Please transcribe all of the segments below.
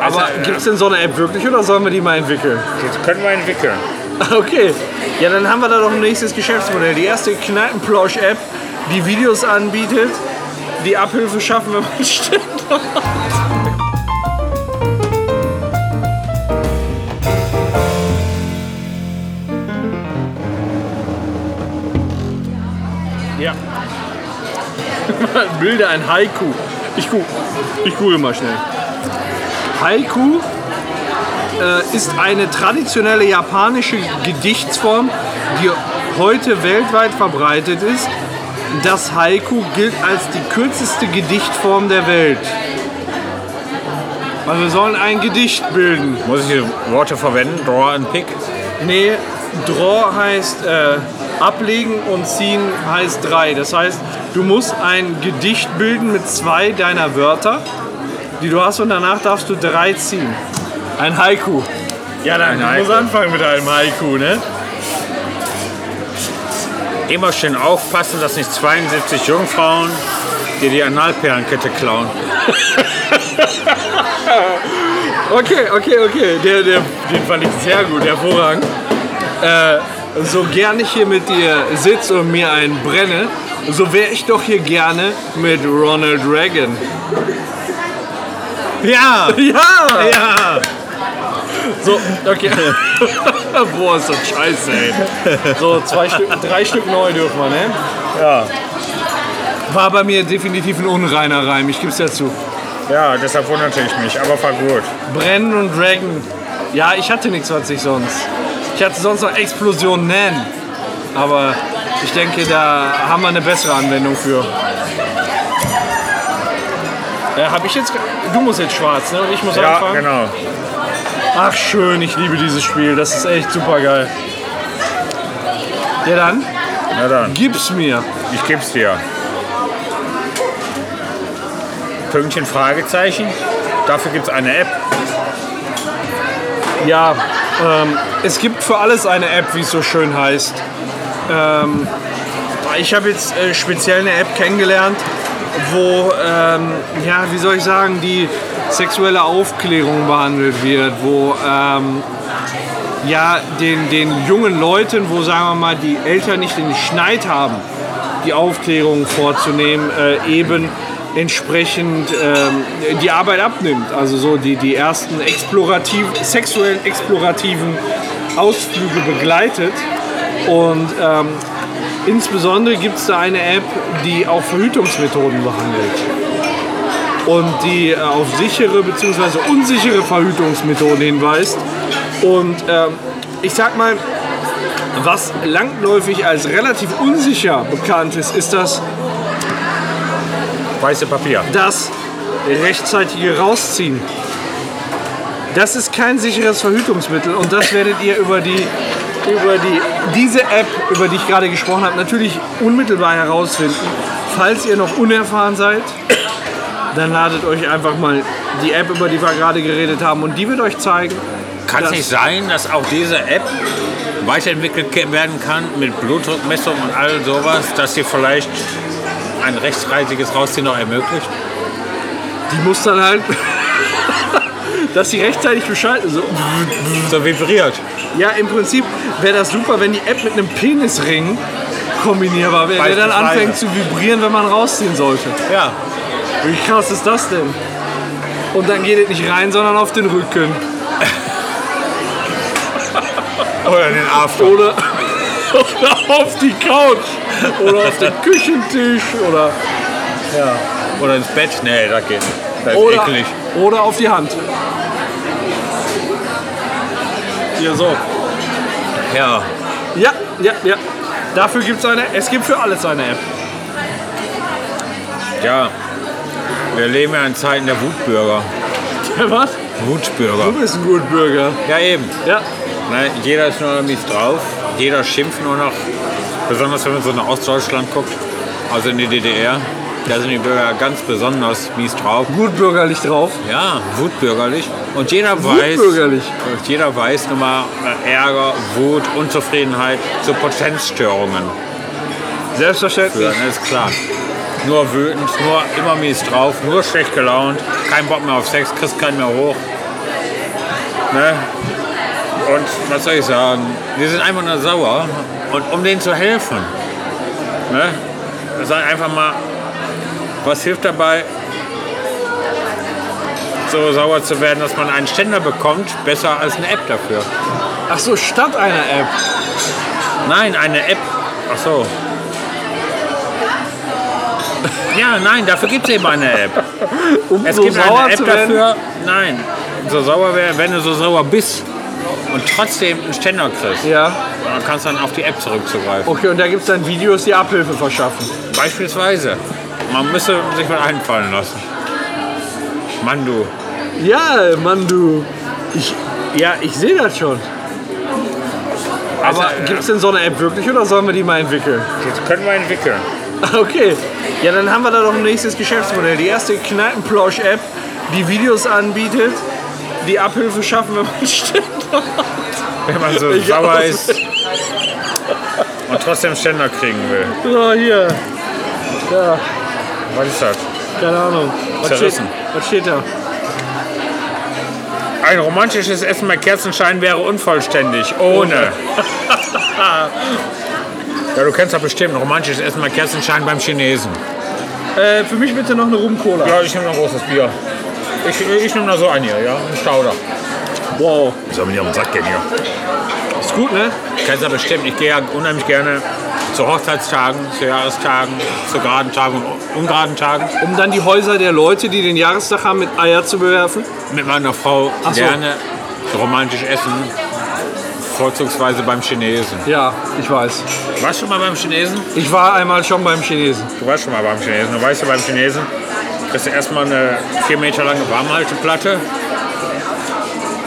Aber gibt es denn so eine App wirklich oder sollen wir die mal entwickeln? Das können wir entwickeln. Okay. Ja, dann haben wir da doch ein nächstes Geschäftsmodell. Die erste Kneipenplosch-App, die Videos anbietet, die Abhilfe schaffen, wenn man stimmt. Ja. Bilde ein Haiku. Ich, gu ich google mal schnell. Haiku äh, ist eine traditionelle japanische Gedichtsform, die heute weltweit verbreitet ist. Das Haiku gilt als die kürzeste Gedichtform der Welt. Also wir sollen ein Gedicht bilden. Muss ich die Worte verwenden? Draw and pick? Nee, Draw heißt äh, ablegen und ziehen heißt drei. Das heißt, du musst ein Gedicht bilden mit zwei deiner Wörter, die du hast und danach darfst du drei ziehen. Ein Haiku. Ja, nein, Du musst anfangen mit einem Haiku, ne? Immer schön aufpassen, dass nicht 72 Jungfrauen dir die Analperlenkette klauen. Okay, okay, okay. Der, der, den fand ich sehr gut, hervorragend. Äh, so gern ich hier mit dir sitze und mir einen brenne, so wäre ich doch hier gerne mit Ronald Reagan. Ja! Ja! Ja! So, okay. Boah, ist das scheiße, ey. So, zwei Stück, drei Stück neu dürfen wir, ne? Ja, War bei mir definitiv ein unreiner Reim, ich gebe es ja zu. ja deshalb wunderte ich mich, aber war gut. Brennen und Dragon. Ja, ich hatte nichts, was ich sonst. Ich hatte sonst noch Explosion nennen. Aber ich denke, da haben wir eine bessere Anwendung für. Äh, hab ich jetzt. ge- Du musst jetzt schwarz, ne? Und ich muss Ja, anfangen. genau. Ach schön, ich liebe dieses Spiel. Das ist echt super geil. Ja dann, Na dann, gib's mir. ich geb's dir. Pünktchen Fragezeichen. Dafür gibt's eine App. Ja, ähm, es gibt für alles eine App, wie es so schön heißt. Ähm, ich habe jetzt äh, speziell eine App kennengelernt, wo, ähm, ja, wie soll ich sagen, die sexuelle Aufklärung behandelt wird, wo ähm, ja, den, den jungen Leuten, wo sagen wir mal, die Eltern nicht den Schneid haben, die Aufklärung vorzunehmen, äh, eben entsprechend ähm, die Arbeit abnimmt. Also so die, die ersten explorativ, sexuellen explorativen Ausflüge begleitet. Und ähm, insbesondere gibt es da eine App, die auch Verhütungsmethoden behandelt und die äh, auf sichere bzw. unsichere Verhütungsmethoden hinweist. Und ähm, ich sag mal, was langläufig als relativ unsicher bekannt ist, ist das Weiße Papier. das rechtzeitige Rausziehen. Das ist kein sicheres Verhütungsmittel und das werdet ihr über die über die diese App, über die ich gerade gesprochen habe, natürlich unmittelbar herausfinden. Falls ihr noch unerfahren seid, dann ladet euch einfach mal die App, über die wir gerade geredet haben und die wird euch zeigen. Kann es dass- nicht sein, dass auch diese App weiterentwickelt ke- werden kann mit Blutdruckmessung und all sowas, dass sie vielleicht ein rechtsreisiges Rausziehen noch ermöglicht? Die muss dann halt, dass sie rechtzeitig Bescheid. So, So vibriert. Ja, im Prinzip wäre das super, wenn die App mit einem Penisring kombinierbar wäre, der dann Beispielsweise. anfängt zu vibrieren, wenn man rausziehen sollte. Ja. Wie krass ist das denn? Und dann geht es nicht rein, sondern auf den Rücken. Oder den After. Oder, oder auf die Couch. Oder auf den Küchentisch. Oder, Oder ins Bett. Nee, das geht. Das ist oder, eklig. oder auf die Hand. Ja, so. Ja. Ja, ja, ja. Dafür gibt es eine, es gibt für alles eine App. Ja. Wir leben ja in Zeiten der Wutbürger. Was? Wutbürger. Du bist ein gut Bürger. Ja, eben. Ja, Ne, jeder ist nur noch mies drauf. Jeder schimpft nur noch. Besonders wenn man so nach Ostdeutschland guckt, also in die DDR. Da sind die Bürger ganz besonders mies drauf. gut bürgerlich drauf. Ja, wutbürgerlich. Und jeder weiß, Wutbürgerlich. und jeder weiß nun mal, äh, Ärger, Wut, Unzufriedenheit zu Potenzstörungen. Selbstverständlich. Dann ne, ist klar. Nur wütend, nur immer mies drauf, nur schlecht gelaunt, kein Bock mehr auf Sex, kriegst keinen mehr hoch. Ne? Und was soll ich sagen? Die sind einfach nur sauer. Und um denen zu helfen, ne? sag einfach mal, was hilft dabei, so sauer zu werden, dass man einen Ständer bekommt, besser als eine App dafür. Ach so, statt einer App. Nein, eine App. Ach so. Ja, nein, dafür gibt es eben eine App. Um Es so gibt sauer eine App zu werden. dafür. Nein, so sauer wär, wenn du so sauer bist und trotzdem einen Ständer kriegst, Ja. dann kannst du dann auf die App zurückzugreifen. Okay, und da gibt es dann Videos, die Abhilfe verschaffen. Beispielsweise, man müsste sich mal einfallen lassen. Mann, du. Ja, Mann, du. Ich, ja, ich sehe das schon. Aber Also, äh, gibt es denn so eine App wirklich oder sollen wir die mal entwickeln? das können wir entwickeln. Okay. Ja, dann haben wir da doch ein nächstes Geschäftsmodell. Die erste Kneipenplosch-App, die Videos anbietet, die Abhilfe schaffen, wenn man Ständer hat. Wenn man so Ich sauer auch. ist und trotzdem Ständer kriegen will. So, hier. Ja, Was ist das? keine Ahnung. Was steht, Zerrissen. was steht da? Ein romantisches Essen bei Kerzenschein wäre unvollständig. Ohne. ja, du kennst doch bestimmt ein romantisches Essen bei Kerzenschein beim Chinesen. Äh, für mich bitte noch eine Rum-Cola. Ja, ich nehme noch großes Bier. Ich, ich nehme noch so ein hier, ja? Ein Stauder. Wow. Soll mir nicht auf den Sack gehen hier. Ist gut, ne? Kennst du bestimmt. Ich gehe ja unheimlich gerne zu Hochzeitstagen, zu Jahrestagen, zu geraden Tagen und ungeraden Tagen. Um dann die Häuser der Leute, die den Jahrestag haben, mit Eier zu bewerfen. Mit meiner Frau Ach so. gerne romantisch essen. Vorzugsweise beim Chinesen. Ja, ich weiß. Warst du schon mal beim Chinesen? Ich war einmal schon beim Chinesen. Du warst schon mal beim Chinesen. Du weißt ja, beim Chinesen kriegst du erstmal eine 4 Meter lange Warmhalteplatte,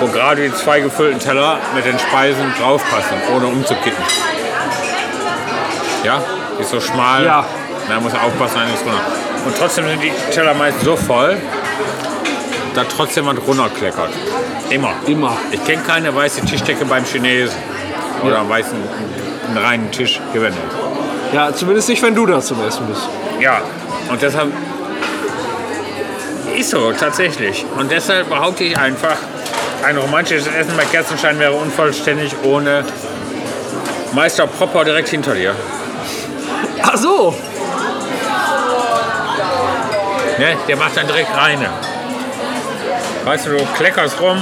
wo gerade die zwei gefüllten Teller mit den Speisen draufpassen, ohne umzukippen. Ja? Die ist so schmal. Ja. Da muss aufpassen, einiges runter. Und trotzdem sind die Teller meist so voll, dass trotzdem was runterkleckert. Immer. Immer. Ich kenne keine weiße Tischdecke beim Chinesen. Oder einen weißen, einen reinen Tisch gewendet. Ja, zumindest nicht, wenn du da zum Essen bist. Ja, und deshalb ist so tatsächlich. Und deshalb behaupte ich einfach, ein romantisches Essen bei Kerzenschein wäre unvollständig ohne Meister Popper direkt hinter dir. Ach so. Ne? Der macht dann direkt reine. Weißt du, du kleckerst rum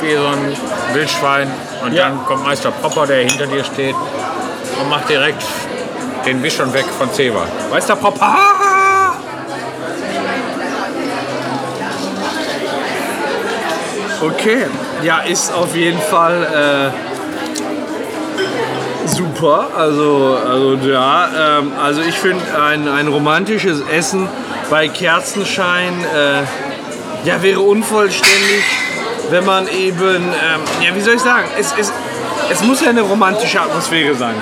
wie so ein Wildschwein und Ja. dann kommt Meister Popper, der hinter dir steht und macht direkt den Wisch schon weg von Zewa. Weißt du, Papa? Ah. Okay. Ja, ist auf jeden Fall äh, super. Also, also ja, ähm, also ich finde ein, ein romantisches Essen bei Kerzenschein äh, ja, wäre unvollständig, wenn man eben, ähm, ja, wie soll ich sagen, es, es, es muss ja eine romantische Atmosphäre sein.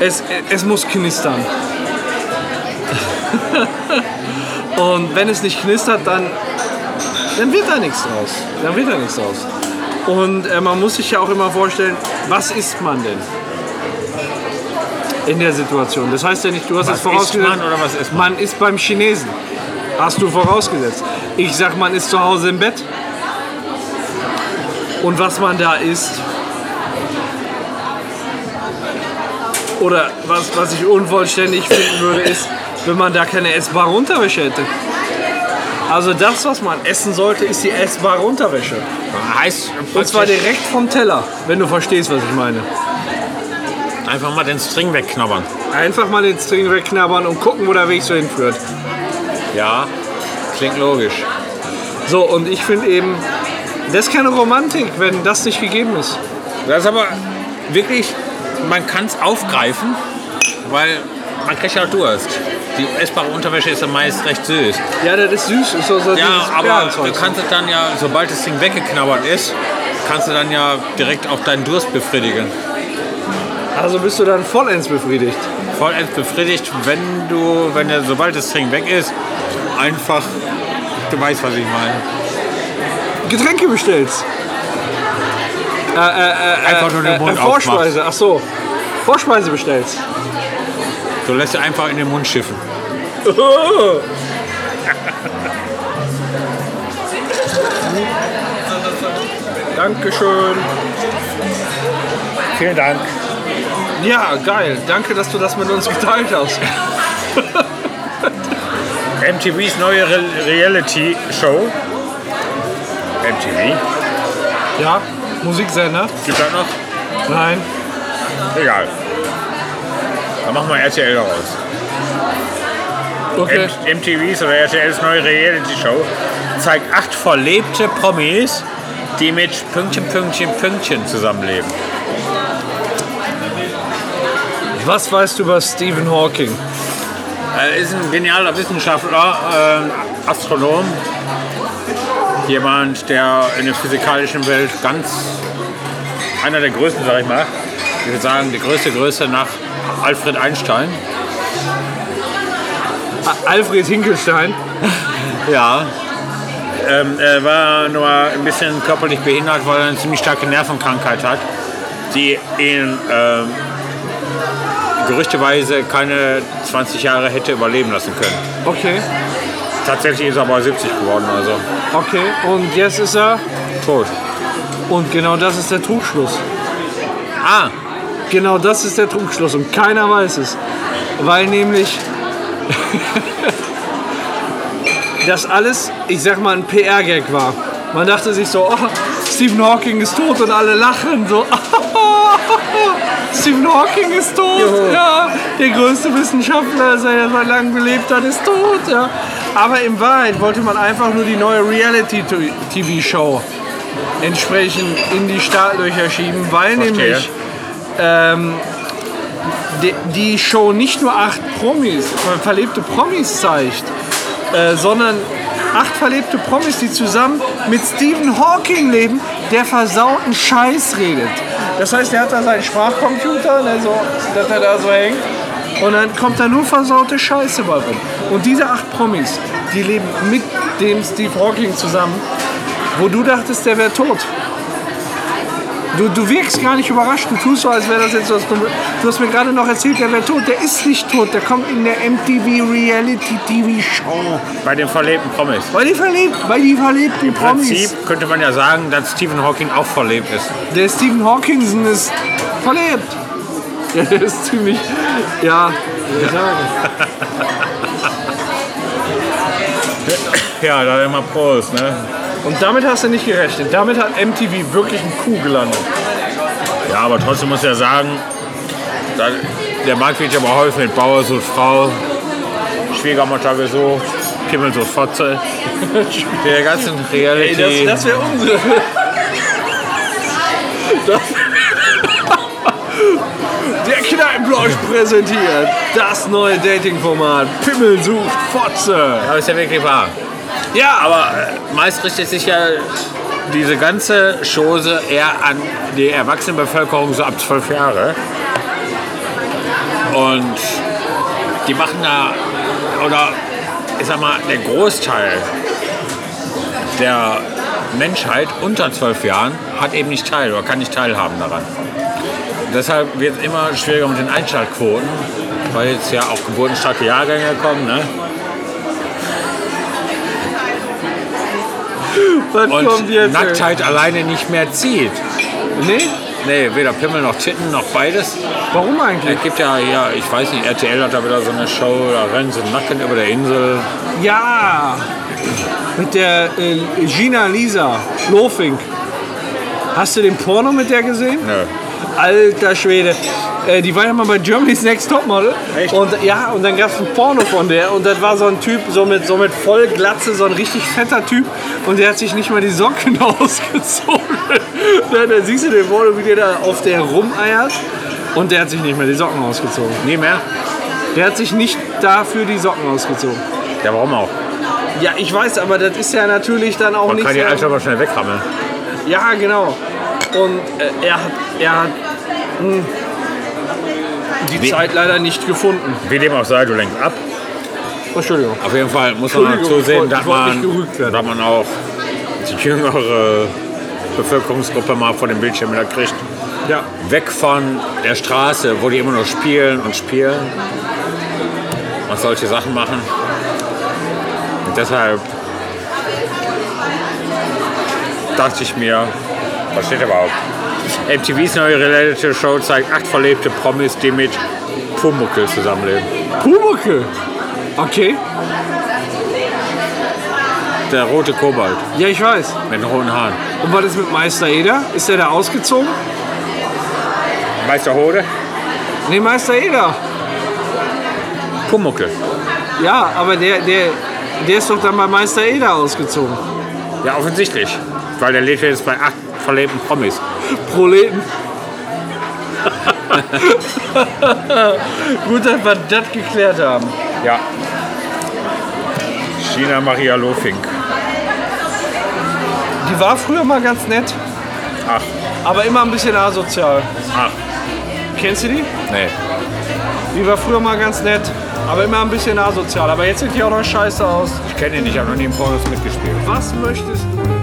Es, es muss knistern. Und wenn es nicht knistert, dann, dann wird da nichts draus. Dann wird da nichts draus. Und äh, man muss sich ja auch immer vorstellen, was isst man denn in der Situation? Das heißt ja nicht, du hast es Was isst vorausgesetzt. man oder was isst man? ist beim Chinesen. Hast du vorausgesetzt. Ich sag, man ist zu Hause im Bett. Und was man da isst. Oder was, was ich unvollständig finden würde, ist, wenn man da keine essbare Unterwäsche hätte. Also das, was man essen sollte, ist die essbare Unterwäsche. Heißt Und zwar praktisch direkt vom Teller, wenn du verstehst, was ich meine. einfach mal den String wegknabbern. Einfach mal den String wegknabbern und gucken, wo der Weg so hinführt. Ja, klingt logisch. So, und ich finde eben, das ist keine Romantik, wenn das nicht gegeben ist. Das ist aber wirklich, man kann es aufgreifen, weil man kriegt ja auch Durst. Die essbare Unterwäsche ist ja meist recht süß. Ja, das ist süß. Ist so, so Ja, dieses aber du Perlenzeug. kannst es dann ja, sobald das Ding weggeknabbert ist, kannst du dann ja direkt auch deinen Durst befriedigen. Also bist du dann vollends befriedigt. Vollends befriedigt, wenn du, wenn der, sobald das Ding weg ist, einfach, du weißt, was ich meine. Getränke bestellst. Einfach nur den Äh, Mund aufmachst. Vorspeise, ach so. Vorspeise bestellst. Du lässt sie einfach in den Mund schiffen. Dankeschön. Vielen Dank. Ja, geil. Danke, dass du das mit uns geteilt hast. MTVs neue Re Reality-Show. MTV. Ja, Musiksender? Gibt das noch? Nein. Egal. Dann machen wir RTL daraus. Okay. M- MTVs oder RTLs neue Reality-Show zeigt acht verlebte Promis, die mit Pünktchen, Pünktchen, Pünktchen zusammenleben. Was weißt du über Stephen Hawking? Er ist ein genialer Wissenschaftler, äh, Astronom, jemand, der in der physikalischen Welt ganz einer der größten, sag ich mal. Ich würde sagen, die größte Größe nach Alfred Einstein. Alfred Hinkelstein. Ja. Ähm, er war nur ein bisschen körperlich behindert, weil er eine ziemlich starke Nervenkrankheit hat, die ihn ähm, gerüchteweise keine 20 Jahre hätte überleben lassen können. Okay. Tatsächlich ist er aber 70 geworden, also Okay. Und jetzt ist er. tot. Und genau das ist der Trugschluss. Ah, Genau das ist der Trugschluss und keiner weiß es. Weil nämlich das alles, ich sag mal, ein PR-Gag war. Man dachte sich so, oh, Stephen Hawking ist tot und alle lachen so. Stephen Hawking ist tot, ja. Der größte Wissenschaftler, der er seit langem gelebt hat, ist tot, ja. Aber in Wahrheit wollte man einfach nur die neue Reality-TV-Show entsprechend in die Startlöcher schieben, weil Verstehe. nämlich die, die Show nicht nur acht Promis, ver- verlebte Promis zeigt, äh, sondern acht verlebte Promis, die zusammen mit Stephen Hawking leben, der versauten Scheiß redet. Das heißt, er hat da seinen Sprachcomputer, der so, dass er da so hängt. Und dann kommt da nur versaute Scheiße bei rum. Und diese acht Promis, die leben mit dem Steve Hawking zusammen, wo du dachtest, der wäre tot. Du, du wirkst gar nicht überrascht. Du tust so, als wäre das jetzt was. Dummes. Du hast mir gerade noch erzählt, der wäre tot. Der ist nicht tot. Der kommt in der MTV Reality TV Show. bei den verlebten Promis. Weil die verlebt, weil die verlebten Im Prinzip Promis. könnte man ja sagen, dass Stephen Hawking auch verlebt ist. Der Stephen Hawkinson ist verlebt. Ja, der ist ziemlich. Ja, ja. Ja, da immer Prost, ne? Und damit hast du nicht gerechnet. Damit hat MTV wirklich einen Kuh gelandet. Ja, aber trotzdem muss ich ja sagen, da, der Markt wird ja aber häufig mit Bauer sucht Frau, Schwiegermutter gesucht, Kimmel sucht Fotze. der ganzen Reality. wäre unsere. Der Kneipenblausch präsentiert das neue Dating-Format Pimmel sucht Fotze. aber ist Genau, ja wirklich wahr. Ja, aber äh, meist richtet sich ja diese ganze Chose eher an die Erwachsenenbevölkerung so ab 12 Jahre. Und die machen da, oder ich sag mal, der Großteil der Menschheit unter 12 Jahren hat eben nicht teil oder kann nicht teilhaben daran. Deshalb wird es immer schwieriger mit den Einschaltquoten, weil jetzt ja auch geburtenstarke Jahrgänge kommen. Ne? Was kommt und jetzt? Nacktheit alleine nicht mehr zieht. Nee? Nee, weder Pimmel noch Titten noch beides. Warum eigentlich? Es gibt ja, ja, ich weiß nicht, RTL hat da wieder so eine Show, da rennen sie nackend über der Insel. Äh, Ja! Mit der äh, Gina Lisa Lofink. Hast du den Porno mit der gesehen? Nö. Alter Schwede. Äh, die war ja mal bei Germany's Next Topmodel. Echt? Und ja, und dann gab es ein Porno von der. Und das war so ein Typ, so mit, so mit voll Glatze, so ein richtig fetter Typ. Und der hat sich nicht mal die Socken ausgezogen. dann, dann siehst du den Porno, wie der da auf der rumeiert. Und der hat sich nicht mehr die Socken ausgezogen. Nie mehr? Der hat sich nicht dafür die Socken ausgezogen. Ja, warum auch? Ja, ich weiß, aber das ist ja natürlich dann auch Man nicht kann die so- Alter aber schnell wegrammeln. Ja, genau. Und äh, er hat, er hat mh, die Wie- Zeit leider nicht gefunden. Wie dem auch sei, du lenkst ab. Entschuldigung. Auf jeden Fall muss man Entschuldigung, dazu sehen, ich dass wollte nicht man, gerügt werden. dass man auch die jüngere Bevölkerungsgruppe mal vor dem Bildschirm wieder kriegt. Ja. Weg von der Straße, wo die immer nur spielen und spielen und solche Sachen machen. Und deshalb dachte ich mir, Was steht da überhaupt? MTVs neue Reality-Show zeigt acht verlebte Promis, die mit Pumuckel zusammenleben. Pumuckel. Okay. Der rote Kobalt Ja, ich weiß. mit den hohen Haaren. Und was ist mit Meister Eder? Ist der da ausgezogen? Meister Hode? Nee, Meister Eder. Pumuckel. Ja, aber der, der, der ist doch dann bei Meister Eder ausgezogen. Ja, offensichtlich. Weil der lebt jetzt bei acht verlebten Promis. Proleten. Gut, dass wir das geklärt haben. Ja. China Maria Lofink. Die war früher mal ganz nett, Ach, aber immer ein bisschen asozial. ach, Kennst du die? nee. Die war früher mal ganz nett, aber immer ein bisschen asozial. Aber jetzt sieht die auch noch scheiße aus. Ich kenne ihn nicht, ich habe noch nie im Pornos mitgespielt. Was möchtest du?